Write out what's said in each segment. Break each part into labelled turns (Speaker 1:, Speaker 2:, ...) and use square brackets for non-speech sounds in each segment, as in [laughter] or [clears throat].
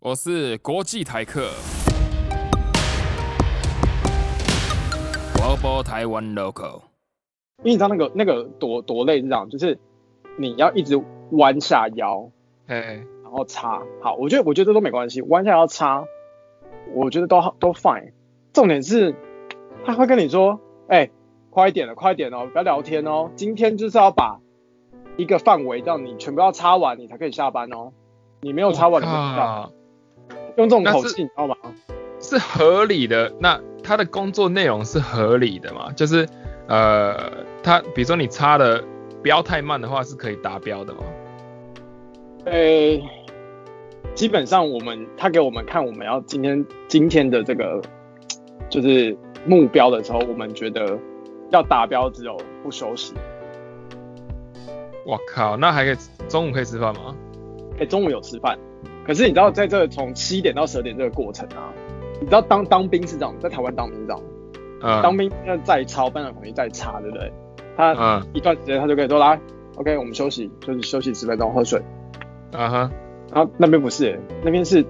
Speaker 1: 我是国际台客。我播台湾 local，
Speaker 2: 因为你知道那个那个多多累，你知道吗就是你要一直弯下腰，
Speaker 3: 哎，
Speaker 2: 然后插。好，我觉得我觉得这都没关系，弯下腰插，我觉得都都 fine。重点是他会跟你说，哎、快一点了，快一点哦，不要聊天哦，今天就是要把一个范围让你全部要插完，你才可以下班哦。你没有插完，你不知道。
Speaker 3: 啊，
Speaker 2: 用这种
Speaker 3: 那
Speaker 2: 口
Speaker 3: 是
Speaker 2: 气，你知道吗？
Speaker 3: 是合理的。那他的工作内容是合理的嘛？就是呃，他比如说你插的不要太慢的话，是可以达标的嘛？
Speaker 2: 呃、基本上我们他给我们看我们要今天今天的这个就是目标的时候，我们觉得要达标只有不休息。
Speaker 3: 我靠，那还可以中午可以吃饭吗？
Speaker 2: 哎、中午有吃饭，可是你知道在这从七点到十二点这个过程啊，你知道当当兵是这样，在台湾当兵是这样，
Speaker 3: 嗯，
Speaker 2: 当兵要再超，班长可能再差，对不对？他
Speaker 3: 嗯
Speaker 2: 一段时间他就跟你说来，OK，我们休息，就是休息十分钟，喝水。
Speaker 3: 啊哈，
Speaker 2: 然后那边不是欸、那边是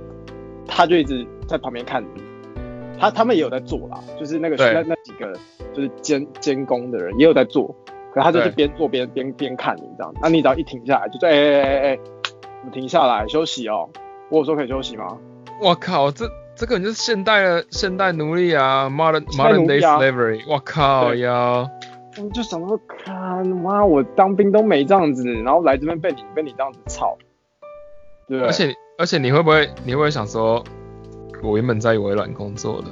Speaker 2: 他就一直在旁边看你。他他们也有在做啦，就是那个
Speaker 3: 对
Speaker 2: 那那几个就是监监工的人也有在做，可他就是
Speaker 3: 对
Speaker 2: 边做边边边看你这样。那你只要一停下来，就说哎哎哎哎，我们停下来休息哦。我有说可以休息吗？
Speaker 3: 我靠，这这个人就是现代的现代奴隶啊，modern
Speaker 2: 现代
Speaker 3: modern
Speaker 2: 奴
Speaker 3: day
Speaker 2: 隶啊
Speaker 3: slavery。我靠
Speaker 2: 对
Speaker 3: 呀，
Speaker 2: 我就想说，看妈，我当兵都没这样子，然后来这边被你被你这样子操，对不对？
Speaker 3: 而且而且你会不会你会不会想说，我原本在微软工作的，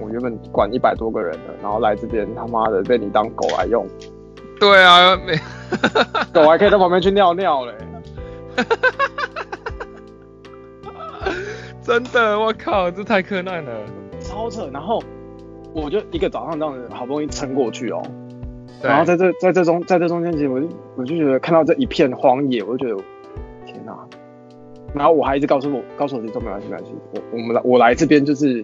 Speaker 2: 我原本管一百多个人的，然后来这边他妈的被你当狗来用，
Speaker 3: 对啊，没， [laughs]
Speaker 2: 狗还可以在旁边去尿尿嘞。
Speaker 3: 真的，我靠，这太困难了。
Speaker 2: 超扯。然后我就一个早上这样子好不容易撑过去哦，
Speaker 3: 对
Speaker 2: 然后在这在这中在这中间，其实我就我就觉得看到这一片荒野，我就觉得天哪、然后我还一直告诉我告诉我自己说没关系没关系，我我们来我来这边就是，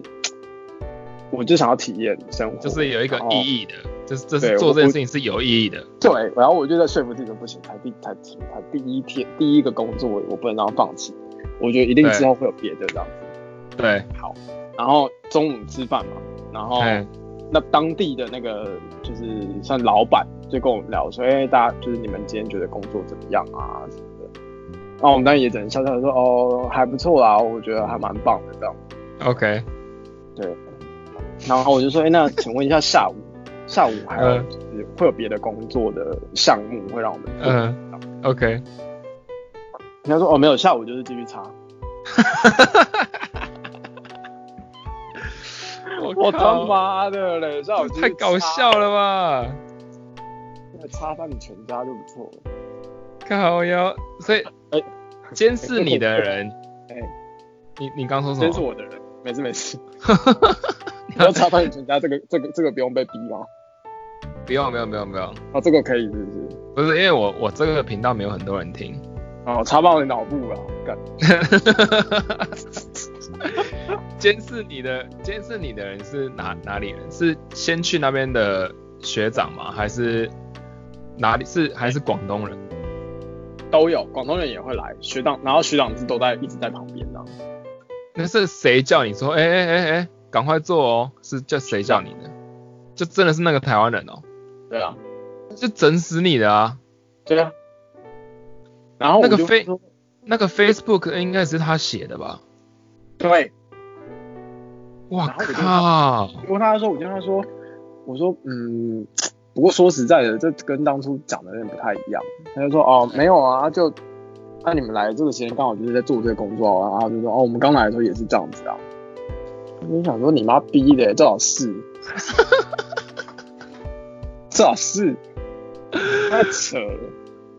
Speaker 2: 我就想要体验生活，
Speaker 3: 就是有一个
Speaker 2: 然后
Speaker 3: 意义的，就是这
Speaker 2: 哦对
Speaker 3: 是
Speaker 2: 我
Speaker 3: 做这件事情是有意义的。
Speaker 2: 对，然后我就在说服自己说不行，才第才才第一天第一个工作，我我不能让它放弃，我觉得一定
Speaker 3: 对
Speaker 2: 之后会有别的这样子。
Speaker 3: 对，
Speaker 2: 然后中午吃饭嘛，然后。
Speaker 3: 哎，
Speaker 2: 那当地的那个就是算老板就跟我们聊说，哎、大家就是你们今天觉得工作怎么样啊什么的。然后我们当然也只能笑笑地说，哦，还不错啦，我觉得还蛮棒的这样。
Speaker 3: ，OK，
Speaker 2: 然后我就说，哎、那请问一下下午，下午还有
Speaker 3: 嗯
Speaker 2: 就是会有别的工作的项目会让我们做？
Speaker 3: 嗯，OK，
Speaker 2: 他说，哦，没有，下午就是继续查。我他
Speaker 3: 靠，
Speaker 2: 妈的嘞，下午
Speaker 3: 这太搞笑
Speaker 2: 了，
Speaker 3: 了吧！
Speaker 2: 插翻你全家就不错了。
Speaker 3: 靠腰，所以
Speaker 2: 哎
Speaker 3: 监视你的人，
Speaker 2: 哎
Speaker 3: 你你刚说什么？
Speaker 2: 真是我的人，没事没
Speaker 3: [laughs]
Speaker 2: 事。你要插翻你全家，这个这个这个不用被逼吗？
Speaker 3: 不用不用不用不用，
Speaker 2: 哦，这个可以是不是？
Speaker 3: 不是因为我我这个频道没有很多人听，
Speaker 2: 哦，插爆你脑部了，干
Speaker 3: 监视你的监视你的人是哪哪里人？是先去那边的学长吗？还是哪里是还是广东人？
Speaker 2: 都有，广东人也会来，学长，然后学长是都在一直在旁边这啊样。
Speaker 3: 那是谁叫你说，哎哎哎哎，赶快做哦？是叫谁叫你的？就真的是那个台湾人哦，
Speaker 2: 对啊，
Speaker 3: 就整死你的啊！
Speaker 2: 对啊。然后我
Speaker 3: 那个
Speaker 2: 就
Speaker 3: 非
Speaker 2: 说
Speaker 3: 那个 Facebook 应该是他写的吧？
Speaker 2: 对，
Speaker 3: 哇
Speaker 2: 然后我就
Speaker 3: 靠！
Speaker 2: 我跟他说，我跟他说，我说嗯，不过说实在的，这跟当初讲的有点不太一样。他就说哦，没有啊，就那、你们来这个时间刚好就是在做这个工作啊，然后就说哦，我们刚来的时候也是这样子啊。我就想说你妈逼的，最好 [laughs] 是，最好是，太扯了。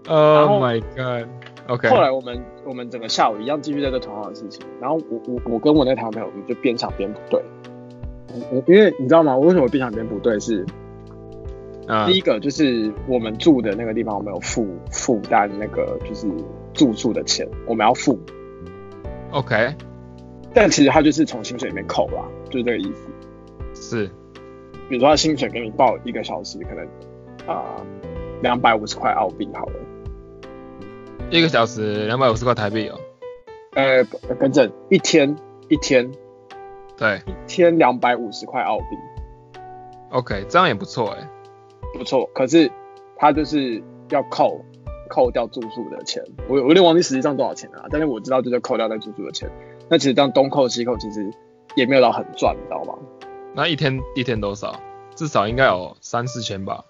Speaker 2: 然
Speaker 3: Oh
Speaker 2: 后
Speaker 3: my god！OK，、
Speaker 2: 后来我们我们整个下午一样继续在做同样的事情，然后我我我跟我那个台湾朋友，我们就边想边不对。我我因为你知道吗？我为什么边想边不对是？
Speaker 3: 嗯
Speaker 2: 第一个就是我们住的那个地方，我们有负负担那个就是住宿的钱，我们要付，
Speaker 3: ，OK，
Speaker 2: 但其实它就是从薪水里面扣啦，就是这个意思。
Speaker 3: 是，
Speaker 2: 比如说他薪水给你报一个小时，可能啊两百五十块澳币好了，
Speaker 3: 一个小时两百五十块台币哦。
Speaker 2: 呃，不更正，一天一天
Speaker 3: 对
Speaker 2: 一天两百五十块澳币，
Speaker 3: ，OK，这样也不错哎、
Speaker 2: 不错。可是他就是要扣扣掉住宿的钱，我我有点忘记实际上多少钱了、啊，但是我知道就是扣掉那住宿的钱。那其实这样东扣西扣，其实也没有到很赚，你知道吗？
Speaker 3: 那一天一天多少？至少应该有三四千吧。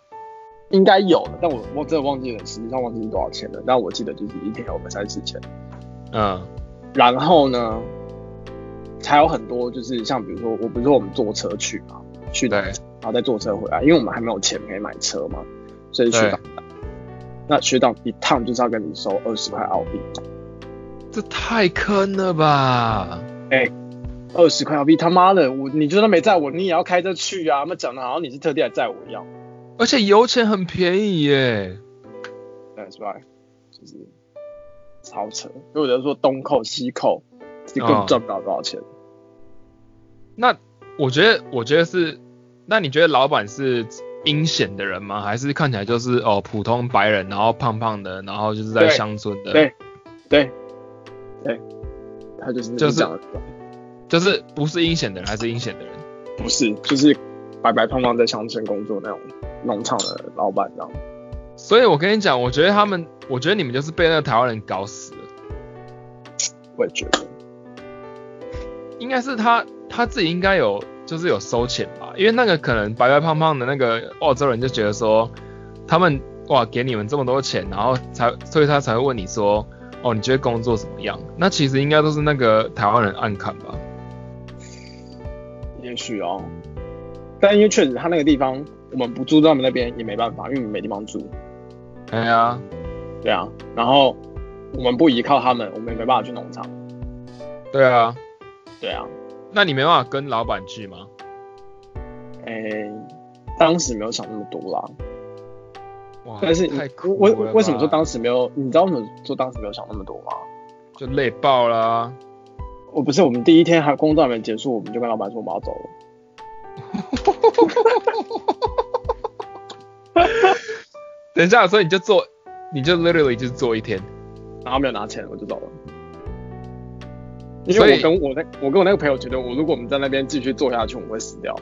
Speaker 2: 应该有的，但我我真的忘记了，实际上忘记是多少钱了。但我记得就是一天有个三四千。
Speaker 3: 嗯，
Speaker 2: 然后呢，还有很多就是像比如说，我不是说我们坐车去嘛，去
Speaker 3: 对
Speaker 2: 的，然后再坐车回来，因为我们还没有钱可以买车嘛，所以学
Speaker 3: 对
Speaker 2: 长，那学长一趟就是要跟你收二十块澳币，
Speaker 3: 这太坑了吧！
Speaker 2: 二十块澳啊币，他妈的，我你就算没载我，你也要开车去啊，那讲的好像你是特地来载我一样，
Speaker 3: 而且油钱很便宜耶。
Speaker 2: 对，是吧？就是超扯，所以我就说东扣西扣，这
Speaker 3: 哦
Speaker 2: 根本赚不到多少钱。
Speaker 3: 那我觉得，我觉得是，那你觉得老板是阴险的人吗？还是看起来就是哦普通白人，然后胖胖的，然后就是在
Speaker 2: 对
Speaker 3: 乡村的，
Speaker 2: 对对对，他就是
Speaker 3: 就是
Speaker 2: 这样的
Speaker 3: 就是不是阴险的人，还是阴险的人？
Speaker 2: 不是，就是白白胖胖在乡村工作那种农场的老板这样。
Speaker 3: 所以我跟你讲，我觉得他们，我觉得你们就是被那个台湾人搞死了。
Speaker 2: 我也觉得，
Speaker 3: 应该是他他自己应该有就是有收钱吧，因为那个可能白白胖胖的那个澳洲人就觉得说，他们哇给你们这么多钱，然后才所以他才会问你说，哦你觉得工作怎么样？那其实应该都是那个台湾人暗砍吧。
Speaker 2: 也许哦，但因为确实他那个地方，我们不住在他们那边也没办法，因为我们没地方住，
Speaker 3: 哎呀，
Speaker 2: 对啊。然后我们不依靠他们，我们也没办法去农场，
Speaker 3: 对啊，
Speaker 2: 对啊。
Speaker 3: 那你没办法跟老板去吗？
Speaker 2: 诶、当时没有想那么多啦，
Speaker 3: 哇，
Speaker 2: 但是
Speaker 3: 太
Speaker 2: 我
Speaker 3: 苦
Speaker 2: 我
Speaker 3: 了吧
Speaker 2: 为什么说当时没有？你知道为什么说当时没有想那么多吗？
Speaker 3: 就累爆啦、
Speaker 2: 我不是，我们第一天还工作还没结束，我们就跟老板说我们要走了。
Speaker 3: 等一下，所以你就做，你就 literally 就是做一天。
Speaker 2: 然后没有拿钱，我就走了。因
Speaker 3: 所以
Speaker 2: 为我跟我那我跟我那个朋友觉得，我如果我们在那边继续做下去，我们会死掉。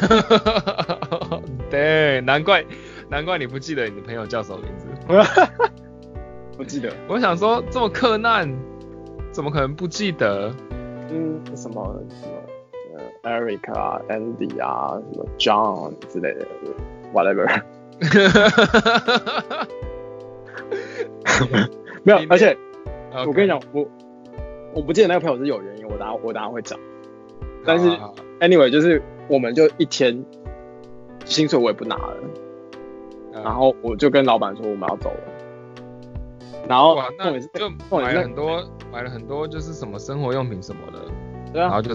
Speaker 3: [laughs] 对，难怪难怪你不记得你的朋友叫什么名字。
Speaker 2: 我记得，
Speaker 3: 我想说，这么克难，怎么可能不记得？ [laughs]
Speaker 2: 嗯，什么什么呃，Eric 啊，Andy 啊，什么 John 之类的，whatever。没有
Speaker 3: 里面，
Speaker 2: 而且
Speaker 3: OK
Speaker 2: 我跟你讲，我我不记得那个朋友是有原因，我等下我等下会讲。但是
Speaker 3: 好好好
Speaker 2: Anyway，就是我们就一天薪水我也不拿了，
Speaker 3: 嗯
Speaker 2: 然后我就跟老板说我们要走了。然后
Speaker 3: 哇，
Speaker 2: 重
Speaker 3: 那
Speaker 2: 点是
Speaker 3: 就
Speaker 2: 重
Speaker 3: 买了
Speaker 2: 点是
Speaker 3: 很多，买了很多，就是什么生活用品什么的，
Speaker 2: 对
Speaker 3: 然后
Speaker 2: 啊，
Speaker 3: 就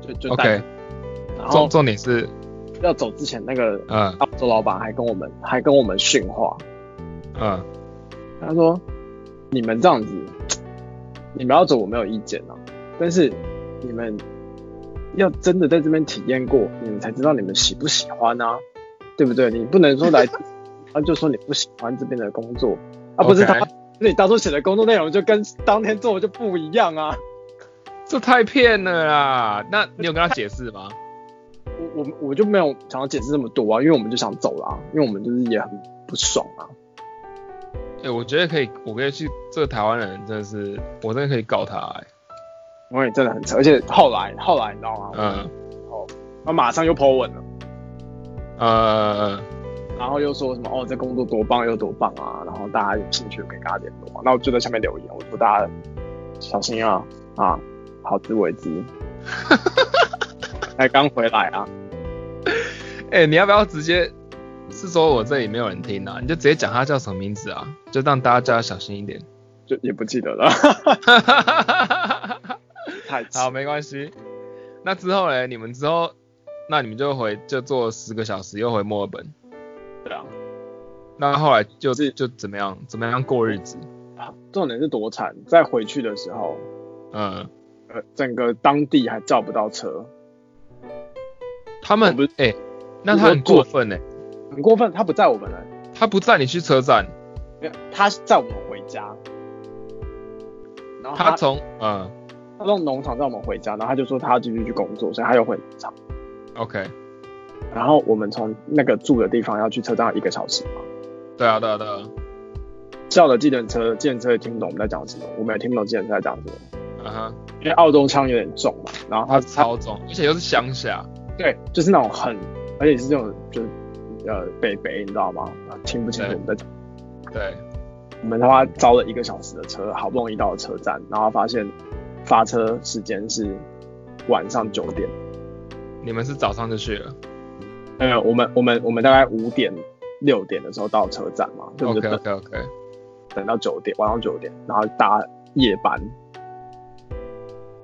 Speaker 2: 就就带
Speaker 3: OK
Speaker 2: 然
Speaker 3: 重。
Speaker 2: 后
Speaker 3: 重重点是，
Speaker 2: 要走之前，那个
Speaker 3: 嗯
Speaker 2: 澳洲老板还跟我们还跟我们训话，
Speaker 3: 嗯，
Speaker 2: 他说：“你们这样子，你们要走我没有意见啊，但是你们要真的在这边体验过，你们才知道你们喜不喜欢啊，对不对？你不能说来， [laughs] 啊就说你不喜欢这边的工作啊，不是
Speaker 3: OK
Speaker 2: 他，那你当初写的工作内容就跟当天做的就不一样啊。
Speaker 3: 这太骗了啦。那你有跟他解释吗？
Speaker 2: 我我我就没有想要解释这么多啊，因为我们就想走啦、因为我们就是也很不爽啊。”
Speaker 3: 哎、我觉得可以，我可以去。这个台湾人真的是，我真的可以告他、欸。
Speaker 2: 我也真的很扯，而且后来后来你知道吗？
Speaker 3: 嗯
Speaker 2: 他马上又 po 文了，
Speaker 3: 呃，
Speaker 2: 然后又说什么哦，这工作多棒又多棒啊，然后大家有兴趣可以跟他联络啊。那我就在下面留言，我说大家小心啊啊，好自为之。才刚回来啊，
Speaker 3: 哎、你要不要直接是说我这里没有人听啊？你就直接讲他叫什么名字啊，就让大家叫他小心一点。 [laughs]
Speaker 2: 就也不记得了，太扯
Speaker 3: 好，没关系。那之后嘞，你们之后，那你们就回就坐十个小时，又回墨尔本。
Speaker 2: 了。啊
Speaker 3: 那后来就是就怎么样怎么样过日子？
Speaker 2: 重点是多惨，在回去的时候，
Speaker 3: 嗯，
Speaker 2: 呃，整个当地还叫不到车，
Speaker 3: 他们
Speaker 2: 我们
Speaker 3: 哎、那他很过分哎、
Speaker 2: 很过分，他不载我们了，
Speaker 3: 他不载你去车站，
Speaker 2: 没有他载我们回家，然后
Speaker 3: 他
Speaker 2: 他
Speaker 3: 从嗯
Speaker 2: 他从农场让我们回家，然后他就说他要继续去工作，所以他又回农场。
Speaker 3: ，OK，
Speaker 2: 然后我们从那个住的地方要去车站要一个小时嘛，
Speaker 3: 对啊对啊对啊，
Speaker 2: 叫了计程车，计程车也听不懂我们在讲什么，我们也听不懂计程车在讲什么，
Speaker 3: 嗯哼，
Speaker 2: 因为澳洲腔有点重嘛。然后
Speaker 3: 他
Speaker 2: 他他
Speaker 3: 超重，而且又是乡下，
Speaker 2: 对，就是那种很，而且是这种就是呃北北，你知道吗？听不清楚我们在讲。
Speaker 3: 对，
Speaker 2: 我们他妈招了一个小时的车，好不容易到了车站，然后发现发车时间是晚上九点。
Speaker 3: 你们是早上就去了
Speaker 2: 呃，我们我们我们大概五点六点的时候到车站嘛，对不
Speaker 3: ，OK
Speaker 2: 对？
Speaker 3: OK OK，
Speaker 2: 等到九点，晚上九点，然后搭夜班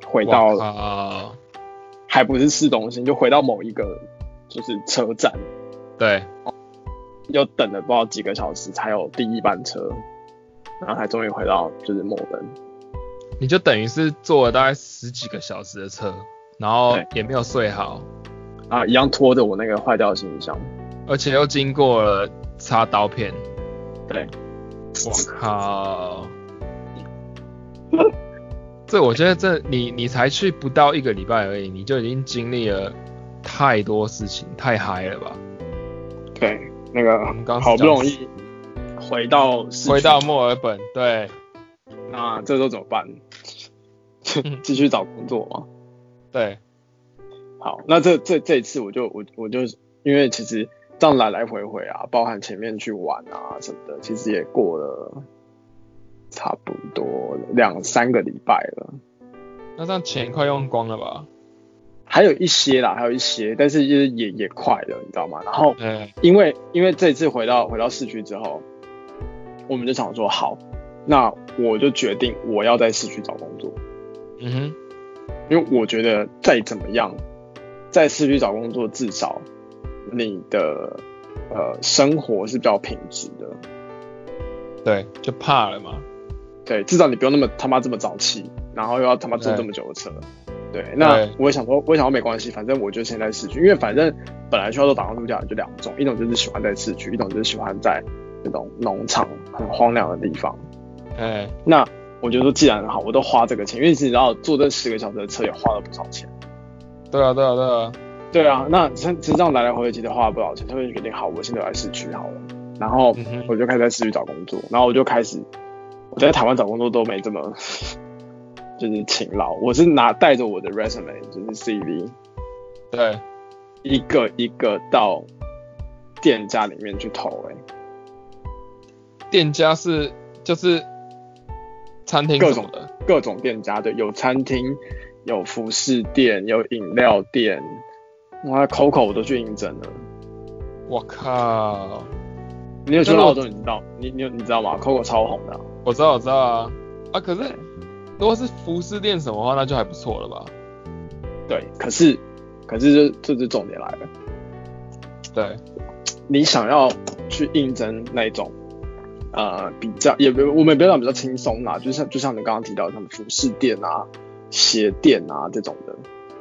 Speaker 2: 回到
Speaker 3: 啊，
Speaker 2: 还不是市中心，就回到某一个就是车站，
Speaker 3: 对，
Speaker 2: 又等了不知道几个小时才有第一班车，然后才终于回到就是墨尔本。
Speaker 3: 你就等于是坐了大概十几个小时的车，然后
Speaker 2: 对
Speaker 3: 也没有睡好，
Speaker 2: 啊，一样拖着我那个坏掉的行李箱，
Speaker 3: 而且又经过了插刀片，
Speaker 2: 对，
Speaker 3: 我靠！这我觉得这你你才去不到一个礼拜而已，你就已经经历了太多事情，太嗨了吧？
Speaker 2: 对，那个
Speaker 3: 我们刚
Speaker 2: 好不容易回到市区
Speaker 3: 回到墨尔本，对，
Speaker 2: 那这时候怎么
Speaker 3: [laughs]
Speaker 2: 办？继续找工作吗？
Speaker 3: 对，
Speaker 2: 好，那这这这一次我就我我就因为其实这样来来回回啊，包含前面去玩啊什么的，其实也过了差不多两三个礼拜了，
Speaker 3: 那这样钱快用光了吧？
Speaker 2: 还有一些啦，还有一些，但是也也也快了，你知道吗？然后
Speaker 3: 对，
Speaker 2: 因为因为这次回到回到市区之后，我们就想说好，那我就决定我要在市区找工作，
Speaker 3: 嗯
Speaker 2: 因为我觉得再怎么样，在市区找工作，至少你的呃生活是比较品质的，
Speaker 3: 哼，对，就怕了嘛，
Speaker 2: 对，至少你不用那么他妈这么早起，然后又要他妈坐
Speaker 3: 对
Speaker 2: 这么久的车。对，那
Speaker 3: 对
Speaker 2: 我也想说，我也想说没关系，反正我就先在市区，因为反正本来去澳洲打工度假的就两种，一种就是喜欢在市区，一种就是喜欢在那种农场很荒凉的地方。
Speaker 3: 哎，
Speaker 2: 那我就说，既然好，我都花这个钱，因为你知道坐这十个小时的车也花了不少钱。
Speaker 3: 对啊，对啊，对啊，
Speaker 2: 对啊，那实际上来来回回其实花了不少钱，所以就决定好，我先留在市区好了。然后
Speaker 3: 嗯哼
Speaker 2: 我就开始在市区找工作，然后我就开始我在台湾找工作都没这么 [laughs] 就是勤劳，我是拿带着我的 resume 就是 CV
Speaker 3: 对，
Speaker 2: 一个一个到店家里面去投、欸，
Speaker 3: 店家是就是餐厅
Speaker 2: 各
Speaker 3: 什么
Speaker 2: 种
Speaker 3: 的，
Speaker 2: 各种店家对，有餐厅，有服饰店，有饮料店，哇，Coco 我都去应征了。
Speaker 3: 我靠，
Speaker 2: 你有去过
Speaker 3: 那我
Speaker 2: 澳洲，你知道，你你有你知道吗？Coco 超红的啊、
Speaker 3: 我知道，我知道啊，啊，可是如果是服饰店什么的话，那就还不错了吧？
Speaker 2: 对，可是可是这这是重点来了，
Speaker 3: 对，
Speaker 2: 你想要去应征那一种呃比较也不我们不要讲比较轻松啦，就像就像你刚刚提到的，像服饰店啊、鞋店啊这种的，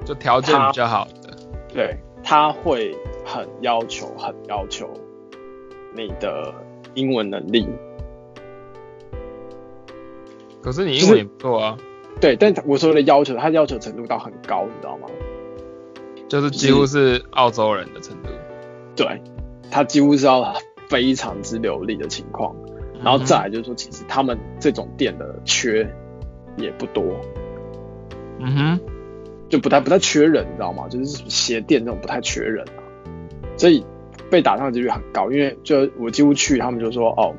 Speaker 3: 就条件比较好的，
Speaker 2: 对，他会很要求很要求你的英文能力，
Speaker 3: 可是你英文也不错啊，
Speaker 2: 对，但我说的要求，他要求程度到很高，你知道吗？
Speaker 3: 就是几乎是澳洲人的程度。
Speaker 2: 对，他几乎是要非常之流利的情况。然后再来就是说，其实他们这种店的缺也不多，
Speaker 3: 嗯哼，
Speaker 2: 就不太不太缺人，你知道吗？就是什么鞋店这种不太缺人啊，所以被打上的几率很高。因为就我几乎去，他们就说哦，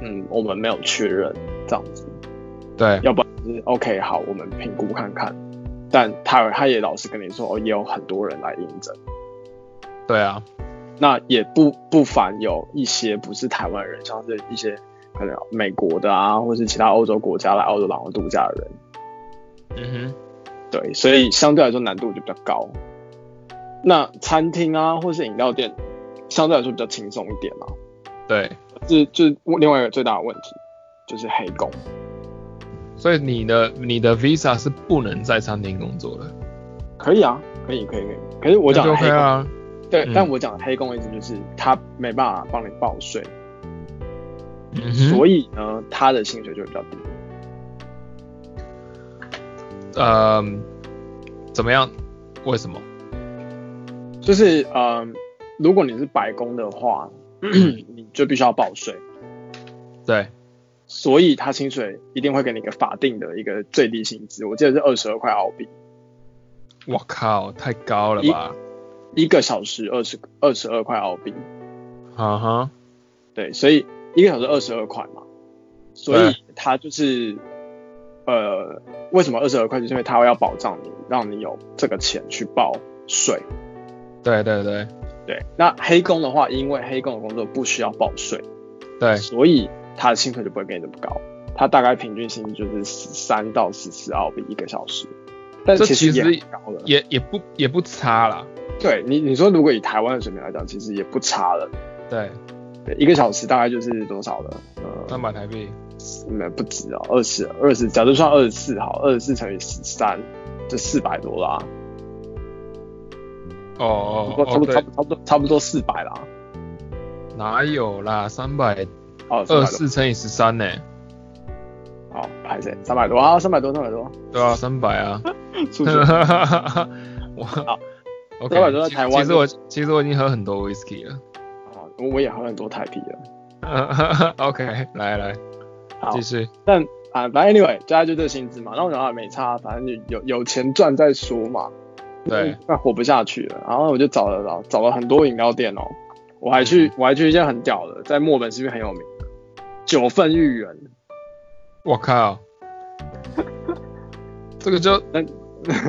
Speaker 2: 嗯，我们没有缺人这样子，
Speaker 3: 嗯对，
Speaker 2: 要不然就是 OK 好，我们评估看看。但他他也老实跟你说，哦，也有很多人来应征，
Speaker 3: 对啊，
Speaker 2: 那也不不凡有一些不是台湾人，像是一些可能美国的啊，或是其他欧洲国家来澳洲打工度假的人，
Speaker 3: 嗯哼，
Speaker 2: 对，所以相对来说难度就比较高。那餐厅啊，或是饮料店，相对来说比较轻松一点啊。
Speaker 3: 对，
Speaker 2: 这这另外一个最大的问题就是黑工，
Speaker 3: 所以你的你的 visa 是不能在餐厅工作的，
Speaker 2: 可以啊，可以可以可以。可是我讲哎
Speaker 3: 那
Speaker 2: 的
Speaker 3: 就
Speaker 2: 黑
Speaker 3: OK
Speaker 2: 工，
Speaker 3: 啊，
Speaker 2: 对，
Speaker 3: 嗯
Speaker 2: 但我讲的黑工的意思就是他没办法帮你报税，
Speaker 3: 嗯哼，
Speaker 2: 所以呢，他的薪水就会比较低。
Speaker 3: 呃，怎么样？为什么？
Speaker 2: 就是嗯、呃如果你是白宫的话， [clears throat] 你就必须要报税，
Speaker 3: 对，
Speaker 2: 所以他薪水一定会给你一个法定的一个最低薪资，我记得是二十二块澳币，
Speaker 3: 我靠，太高了吧？
Speaker 2: 一个小时二十二十二块澳币，
Speaker 3: 啊哈，
Speaker 2: 对，所以一个小时二十二块嘛，所以
Speaker 3: 对
Speaker 2: 他就是呃，为什么二十二块？就是因为他要保障你，让你有这个钱去报税。
Speaker 3: 对对对
Speaker 2: 对，那黑工的话，因为黑工的工作不需要报税，
Speaker 3: 对，
Speaker 2: 所以他的薪水就不会给你这么高，他大概平均薪就是十三到十四澳币一个小时，但
Speaker 3: 这
Speaker 2: 其
Speaker 3: 其
Speaker 2: 也
Speaker 3: 实
Speaker 2: 很高了。
Speaker 3: 也也不也不差啦，
Speaker 2: 对你你说如果以台湾的水平来讲，其实也不差了，
Speaker 3: 对，
Speaker 2: 对，一个小时大概就是多少了？呃，
Speaker 3: 三百台币，
Speaker 2: 没不止哦，二十二十，假如算二十四好，二十四乘以十三，就四百多啦，
Speaker 3: 哦哦
Speaker 2: 不过差
Speaker 3: 哦，
Speaker 2: 不多差
Speaker 3: 对，
Speaker 2: 不多差不多差不多四百啦，
Speaker 3: 哪有啦？三百
Speaker 2: 哦，
Speaker 3: 二
Speaker 2: 400
Speaker 3: 四乘以十三呢？
Speaker 2: 多好，还是三百多啊，三百多三
Speaker 3: [laughs]
Speaker 2: 百多，
Speaker 3: 对啊，三百啊，
Speaker 2: 数学
Speaker 3: 我 [laughs]
Speaker 2: 好
Speaker 3: OK，
Speaker 2: 老板都在
Speaker 3: 其
Speaker 2: 台湾
Speaker 3: 其实我其实我已经喝很多 whisky 了。 [laughs]
Speaker 2: 哦，我我也喝很多台啤了。
Speaker 3: OK，来来
Speaker 2: 好
Speaker 3: 继续。
Speaker 2: 但啊，反正 anyway，大家就这个薪资嘛。然后我想啊，没差，反正有有钱赚再说嘛。
Speaker 3: 对，
Speaker 2: 那活不下去了。然后我就找了找找了很多饮料店哦，我还
Speaker 3: 嗯
Speaker 2: 去我还去一间很屌的，在墨本是不是很有名的九份芋圆？
Speaker 3: 我靠，这个就
Speaker 2: 但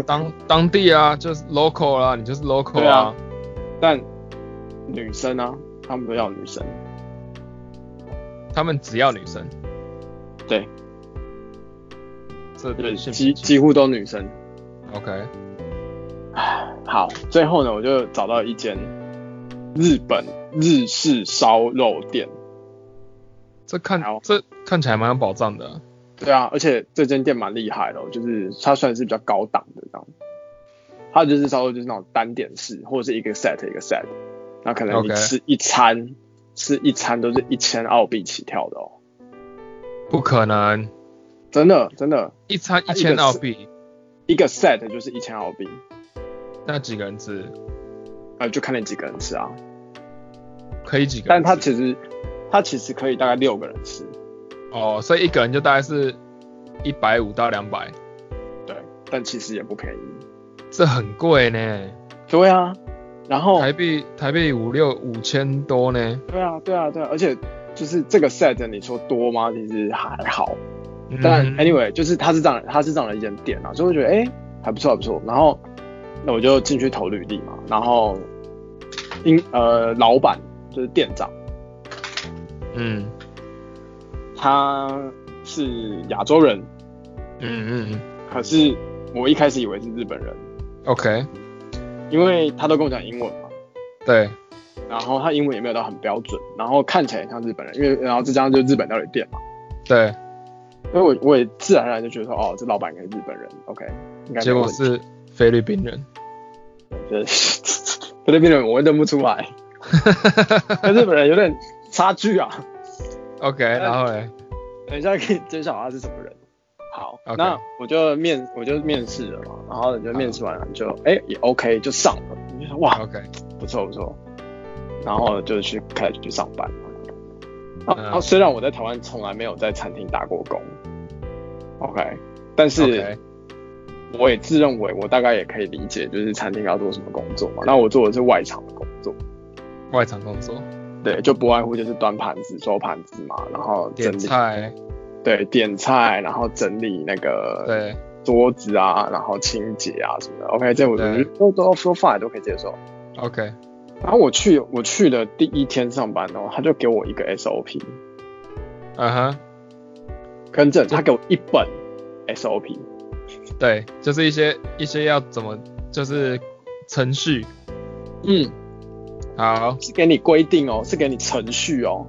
Speaker 3: 当当地啊，就是 local 啦，你就是 local
Speaker 2: 对啊
Speaker 3: 啊。
Speaker 2: 但女生啊，他们都要女生，
Speaker 3: 他们只要女生，
Speaker 2: 对，
Speaker 3: 这
Speaker 2: 对，
Speaker 3: 性
Speaker 2: 几
Speaker 3: 别歧视
Speaker 2: 几乎都女生。
Speaker 3: OK，
Speaker 2: 好，最后呢，我就找到一间日本日式烧肉店。
Speaker 3: 这看
Speaker 2: 好
Speaker 3: 这看起来蛮有保障的啊、
Speaker 2: 对啊，而且这间店蛮厉害的哦，就是它算是比较高档的这样。它就是稍微就是那种单点式，或者是一个 set 一个 set，那可能你
Speaker 3: OK
Speaker 2: 吃一餐吃一餐都是一千澳币起跳的哦，
Speaker 3: 不可能，
Speaker 2: 真的真的，
Speaker 3: 一餐
Speaker 2: 他
Speaker 3: 一
Speaker 2: 一个
Speaker 3: 千
Speaker 2: 是
Speaker 3: 澳币，
Speaker 2: 一个 set 就是一千澳币，
Speaker 3: 那几个人吃？
Speaker 2: 呃，就看你几个人吃啊。
Speaker 3: 可以几个人
Speaker 2: 但
Speaker 3: 吃？
Speaker 2: 它其实它其实可以大概六个人吃，
Speaker 3: 哦，所以一个人就大概是一百五到两百，
Speaker 2: 对，但其实也不便宜。
Speaker 3: 这很贵呢，
Speaker 2: 对啊，然后
Speaker 3: 台币台币五六五千多呢。
Speaker 2: 对啊对啊对啊，而且就是这个 set 你说多吗？其实还好。
Speaker 3: 嗯
Speaker 2: 但 anyway，就是他是这样，他是这样的一间店啊，所以我觉得哎、诶还不错还不错。然后那我就进去投履历嘛，然后因呃老板就是店长，
Speaker 3: 嗯
Speaker 2: 他是亚洲人，
Speaker 3: 嗯嗯嗯
Speaker 2: 可是我一开始以为是日本人，
Speaker 3: ，OK，
Speaker 2: 因为他都跟我讲英文嘛，
Speaker 3: 对，
Speaker 2: 然后他英文也没有到很标准，然后看起来很像日本人，因为然后再加上就是日本料理店嘛，
Speaker 3: 对，
Speaker 2: 所以我我也自然而然就觉得说哦，这老板应该是日本人，OK，应该没
Speaker 3: 结果
Speaker 2: 问题
Speaker 3: 是菲律宾人，
Speaker 2: 就是 [laughs] 菲律宾人我会认不出来。跟日本人有点差距啊。
Speaker 3: OK，然
Speaker 2: 呃
Speaker 3: 后嘞，
Speaker 2: 等一下可以揭晓他是什么人。好
Speaker 3: OK
Speaker 2: 那我就面我就面试了嘛，然后就面试完了就哎、也 OK 就上了，我就想哇
Speaker 3: OK，
Speaker 2: 不错不错，然后就去开始去上班。啊
Speaker 3: 嗯
Speaker 2: 啊，虽然我在台湾从来没有在餐厅打过工，OK，但是
Speaker 3: OK，
Speaker 2: 我也自认为我大概也可以理解，就是餐厅要做什么工作嘛。那我做的是外场的工作，
Speaker 3: 外场工作，
Speaker 2: 对，就不外乎就是端盘子、收盘子嘛，然后
Speaker 3: 点
Speaker 2: 整理
Speaker 3: 菜，
Speaker 2: 对，点菜，然后整理那个
Speaker 3: 对，
Speaker 2: 桌子啊，然后清洁啊什么的。OK，这我觉得
Speaker 3: 对
Speaker 2: 都都说 fine 都可以接受。
Speaker 3: OK，
Speaker 2: 然后我去我去的第一天上班哦，他就给我一个 SOP
Speaker 3: 嗯哼，
Speaker 2: 跟正，他给我一本 SOP，
Speaker 3: 对，就是一些一些要怎么，就是程序，
Speaker 2: 嗯，
Speaker 3: 好，
Speaker 2: 是给你规定哦，是给你程序哦。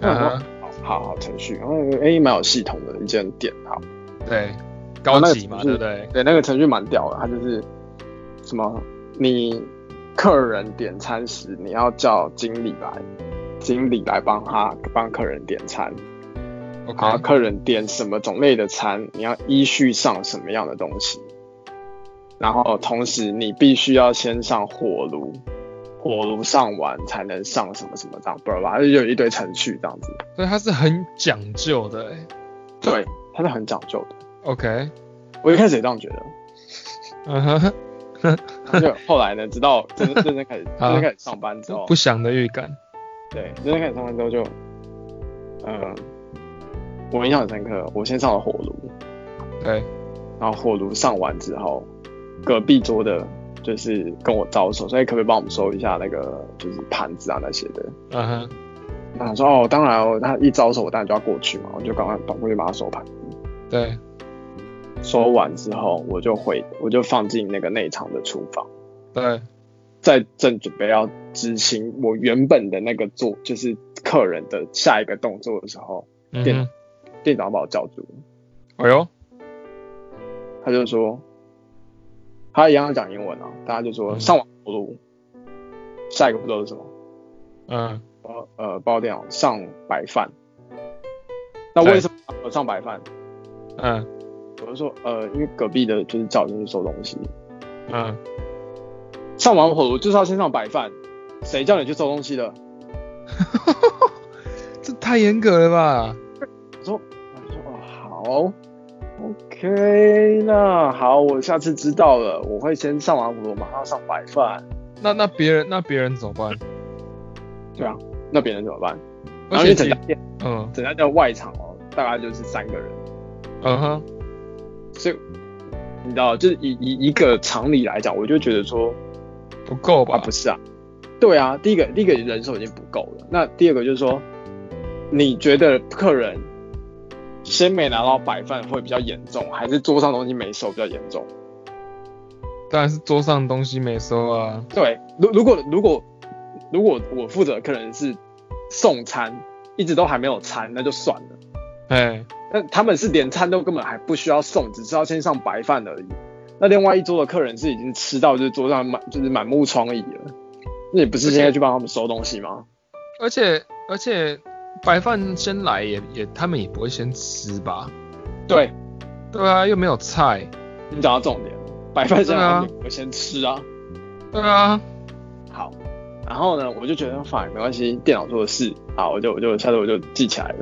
Speaker 3: 嗯
Speaker 2: 好
Speaker 3: 哼，
Speaker 2: 好好程序，然后哎蛮有系统的一间店，好，
Speaker 3: 对，高级嘛，
Speaker 2: 啊然后那个程序
Speaker 3: 对不对？
Speaker 2: 对，那个程序蛮屌的，它就是什么你客人点餐时，你要叫经理来，经理来帮他帮客人点餐，然后
Speaker 3: OK，
Speaker 2: 啊客人点什么种类的餐，你要依序上什么样的东西，然后同时你必须要先上火炉，火炉上完才能上什么什么这样，不啦吧，就有一堆程序这样子。
Speaker 3: 所以它是很讲究的、欸。
Speaker 2: 对，它是很讲究的。
Speaker 3: OK，
Speaker 2: 我一开始也这样觉得，
Speaker 3: 嗯
Speaker 2: [laughs]
Speaker 3: 哼，
Speaker 2: 但就后来呢，直到真的认真
Speaker 3: [laughs]
Speaker 2: 开始
Speaker 3: 好
Speaker 2: 认真开始上班之后
Speaker 3: 啊不，祥的预感。
Speaker 2: 对，认真开始上班之后就，嗯，我印象很深刻，我先上了火炉，
Speaker 3: 对，
Speaker 2: 然后火炉上完之后，隔壁桌的就是跟我招手，所以可不可以帮我们收一下那个就是盘子啊那些的？
Speaker 3: 嗯哼，
Speaker 2: 那我说哦，当然哦，他一招手我当然就要过去嘛，我就赶快跑过去把他收盘。
Speaker 3: 对，
Speaker 2: 收完之后，我就回，我就放进那个内场的厨房，
Speaker 3: 对，
Speaker 2: 在正准备要执行我原本的那个做，就是客人的下一个动作的时候，
Speaker 3: 嗯
Speaker 2: 电
Speaker 3: 哼，
Speaker 2: 店长把我叫住，
Speaker 3: 哎呦，
Speaker 2: 他就说，他一样要讲英文啊，大家就说
Speaker 3: 嗯
Speaker 2: 上网走路，下一个步骤是什么？
Speaker 3: 嗯，
Speaker 2: 呃呃，包电脑上白饭。那为什么要上白饭？
Speaker 3: 嗯，
Speaker 2: 我就说，呃，因为隔壁的就是叫进去收东西，
Speaker 3: 嗯，
Speaker 2: 上完火炉就是要先上白饭，谁叫你去收东西的？
Speaker 3: 这太严格了吧？
Speaker 2: 我说，我说哦好，OK，那好，我下次知道了，我会先上完火炉，马上上白饭。
Speaker 3: 那那别人那别人怎么办？
Speaker 2: 对啊，那别人怎么办？
Speaker 3: 而
Speaker 2: 然后因
Speaker 3: 且
Speaker 2: 为整
Speaker 3: 其
Speaker 2: 家店
Speaker 3: 嗯
Speaker 2: 整家店的外场哦，大概就是三个人，
Speaker 3: 嗯哼，
Speaker 2: 所以你知道，就是以以一个常理来讲，我就觉得说，
Speaker 3: 不够吧？
Speaker 2: 啊，不是啊，对啊，第一个第一个人手已经不够了，那第二个就是说，你觉得客人先没拿到白饭会比较严重，还是桌上东西没收比较严重？
Speaker 3: 当然是桌上东西没收啊。
Speaker 2: 对，如如果如果如果我负责的客人是送餐，一直都还没有餐，那就算了。
Speaker 3: 哎，
Speaker 2: 但他们是连餐都根本还不需要送，只是要先上白饭而已。那另外一桌的客人是已经吃到就是桌上满就是满目疮痍了，那你不是现在去帮他们收东西吗？
Speaker 3: 而且而且白饭先来也也他们也不会先吃吧？
Speaker 2: 对，
Speaker 3: 对啊，又没有菜。
Speaker 2: 你讲到重点了，白饭先
Speaker 3: 对啊
Speaker 2: 让他们先吃啊。
Speaker 3: 对啊，
Speaker 2: 好，然后呢，我就觉得 fine 没关系，电脑做的事，好，我就我就下次我就记起来了。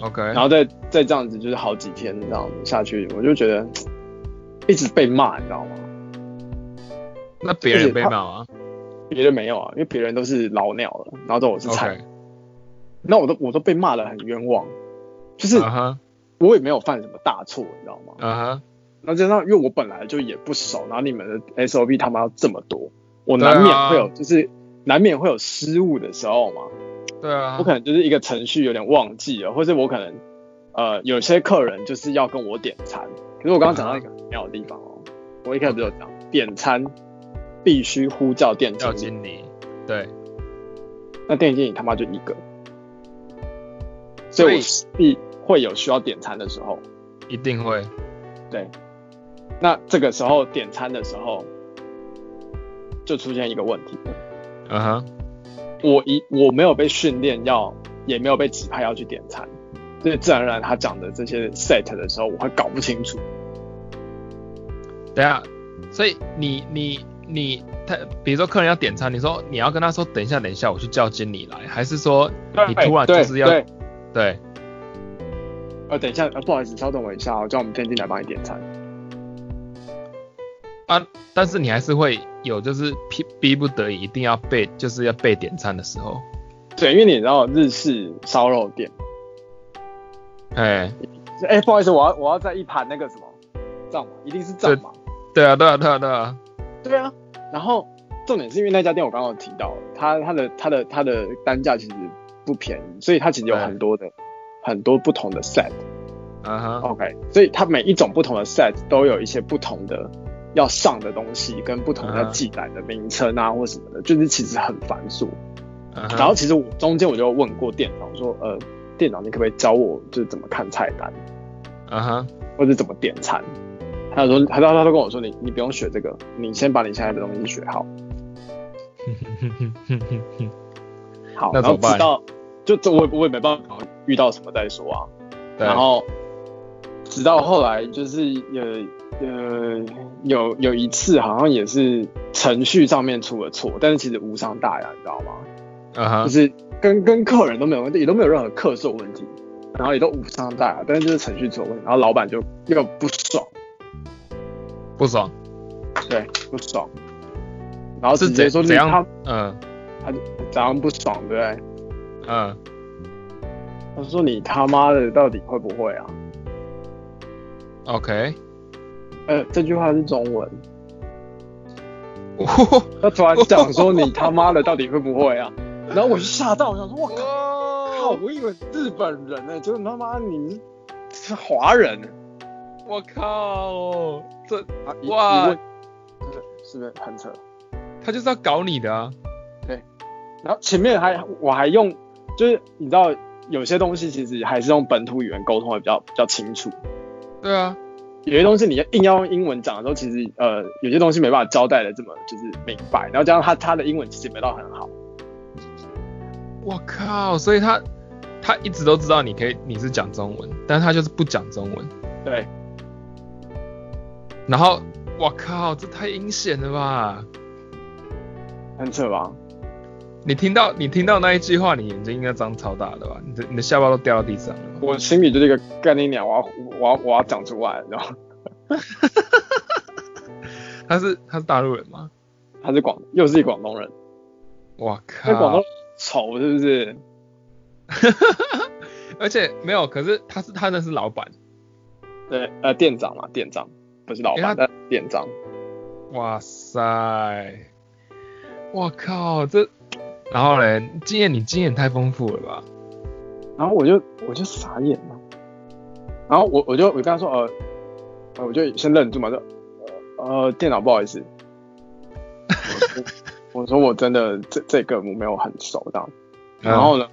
Speaker 3: OK，
Speaker 2: 然后再再这样子，就是好几天这样子下去，我就觉得嗯一直被骂，你知道吗？
Speaker 3: 那别人被骂啊
Speaker 2: 别人没有啊，因为别人都是老鸟了，然后都我是菜
Speaker 3: ？OK，
Speaker 2: 那我都我都被骂的很冤枉，就是
Speaker 3: 嗯哼，
Speaker 2: 我也没有犯什么大错，你知道吗？
Speaker 3: 嗯哼，
Speaker 2: 那加上因为我本来就也不熟，然后你们的 SOP 他妈这么多，我
Speaker 3: 对啊
Speaker 2: 难免会有、就是难免会有失误的时候嘛。
Speaker 3: 对啊
Speaker 2: 我，可能就是一个程序有点忘记了，或是我可能呃有些客人就是要跟我点餐，可是我刚刚讲到一个很妙的地方哦，我一开始就有讲点餐必须呼叫店
Speaker 3: 叫
Speaker 2: 经理，
Speaker 3: 经理。对，
Speaker 2: 那店经理他妈就一个，所以我势必会有需要点餐的时候，
Speaker 3: 一定会。
Speaker 2: 对，那这个时候点餐的时候就出现一个问题了，
Speaker 3: 嗯哼，
Speaker 2: 我一我没有被训练要，也没有被指派要去点餐，所以自然而然他讲的这些 set 的时候，我会搞不清楚。
Speaker 3: 等一下，所以你你你他，比如说客人要点餐，你说你要跟他说等一下等一下，我去叫经理来，还是说你突然就是要
Speaker 2: 对，对
Speaker 3: 对
Speaker 2: 呃，等一下，呃不好意思，稍等我一下哦，我叫我们店经理来帮你点餐。
Speaker 3: 啊？但是你还是会有就是逼逼不得已一定要被就是要被点餐的时候。
Speaker 2: 对，因为你知道日式烧肉店，
Speaker 3: 哎，
Speaker 2: 就哎、不好意思，我要我要再一盘那个什么藏嘛，一定是藏嘛。
Speaker 3: 对啊对啊对啊对啊，
Speaker 2: 对啊，然后重点是因为那家店我刚刚有提到了，它它的它的它的单价其实不便宜，所以它其实有
Speaker 3: 对
Speaker 2: 很多的很多不同的 set。
Speaker 3: 嗯哼，
Speaker 2: OK，所以它每一种不同的 set 都有一些不同的要上的东西，跟不同的
Speaker 3: 嗯
Speaker 2: 记载的名称啊或什么的，就是其实很繁琐。
Speaker 3: 嗯
Speaker 2: 然后
Speaker 3: 哼，
Speaker 2: 其实我中间我就问过店长说，呃，店长你可不可以教我就是怎么看菜单，
Speaker 3: 嗯哼，
Speaker 2: 或者怎么点餐？他就说，他他他都跟我说，你你不用学这个，你先把你现在的东西学好。好，
Speaker 3: 那
Speaker 2: 然
Speaker 3: 怎
Speaker 2: 后
Speaker 3: 么办
Speaker 2: 直到就这我也我也没办法遇到什么再说啊。
Speaker 3: 对
Speaker 2: 然后直直到后来就是呃呃有有一次好像也是程序上面出了错，但是其实无伤大雅，你知道吗？
Speaker 3: 嗯
Speaker 2: 就
Speaker 3: 哼，
Speaker 2: 是跟跟客人都没有问题，也都没有任何客诉问题，然后也都无伤大雅，但是就是程序出了问题，然后老板就又不爽，
Speaker 3: 不爽，
Speaker 2: 对，不爽，然后
Speaker 3: 是
Speaker 2: 直接
Speaker 3: 怎
Speaker 2: 说
Speaker 3: 怎
Speaker 2: 你他
Speaker 3: 样？嗯
Speaker 2: 怎样不爽，对不对？
Speaker 3: 嗯，
Speaker 2: 他说你他妈的到底会不会啊？
Speaker 3: OK，
Speaker 2: 呃，这句话是中
Speaker 3: [laughs]
Speaker 2: 文，
Speaker 3: 哇
Speaker 2: 他突然讲说你他妈的到底会不会啊？然后我就吓到，我想说我靠。靠，
Speaker 3: 哇，
Speaker 2: 我以为日本人呢、结果他妈你是华人
Speaker 3: 我靠，这
Speaker 2: 啊！一
Speaker 3: 哇
Speaker 2: 一问是不是是不是很扯？
Speaker 3: 他就是要搞你的啊，
Speaker 2: 然后前面还我还用，就是你知道有些东西其实还是用本土语言沟通会比较比较清楚，
Speaker 3: 对啊，
Speaker 2: 有些东西你硬要用英文讲的时候，其实呃有些东西没办法交代的这么就是明白，然后加上他他的英文其实没到很好，
Speaker 3: 我靠，所以他他一直都知道你可以你是讲中文，但是他就是不讲中文，
Speaker 2: 对，
Speaker 3: 然后我靠，这太阴险了吧！
Speaker 2: 很扯吧？
Speaker 3: 你听到你听到那一句话，你眼睛应该张超大的吧？你的你的下巴都掉到地上了吧。
Speaker 2: 我心里就是一个概念鸟，我要我要我要讲出来，然后
Speaker 3: 他是他是大陆人吗？
Speaker 2: 他是广又是一广东人，
Speaker 3: 我
Speaker 2: 那广东
Speaker 3: 靠
Speaker 2: 人！丑是不是？
Speaker 3: 而且没有，可是他是他那是老板，
Speaker 2: 对，呃，店长嘛，店长不是
Speaker 3: 因
Speaker 2: 老
Speaker 3: 为
Speaker 2: 板，
Speaker 3: 他
Speaker 2: 但店长。
Speaker 3: 哇塞！我靠，这然后嘞，经验你经验太丰富了吧？
Speaker 2: 然后我就我就傻眼了，然后我我就我跟他说，呃，呃我就先愣住嘛，就呃呃，电脑不好意思，我说我说我真的这这个我没有很熟这样。然后呢，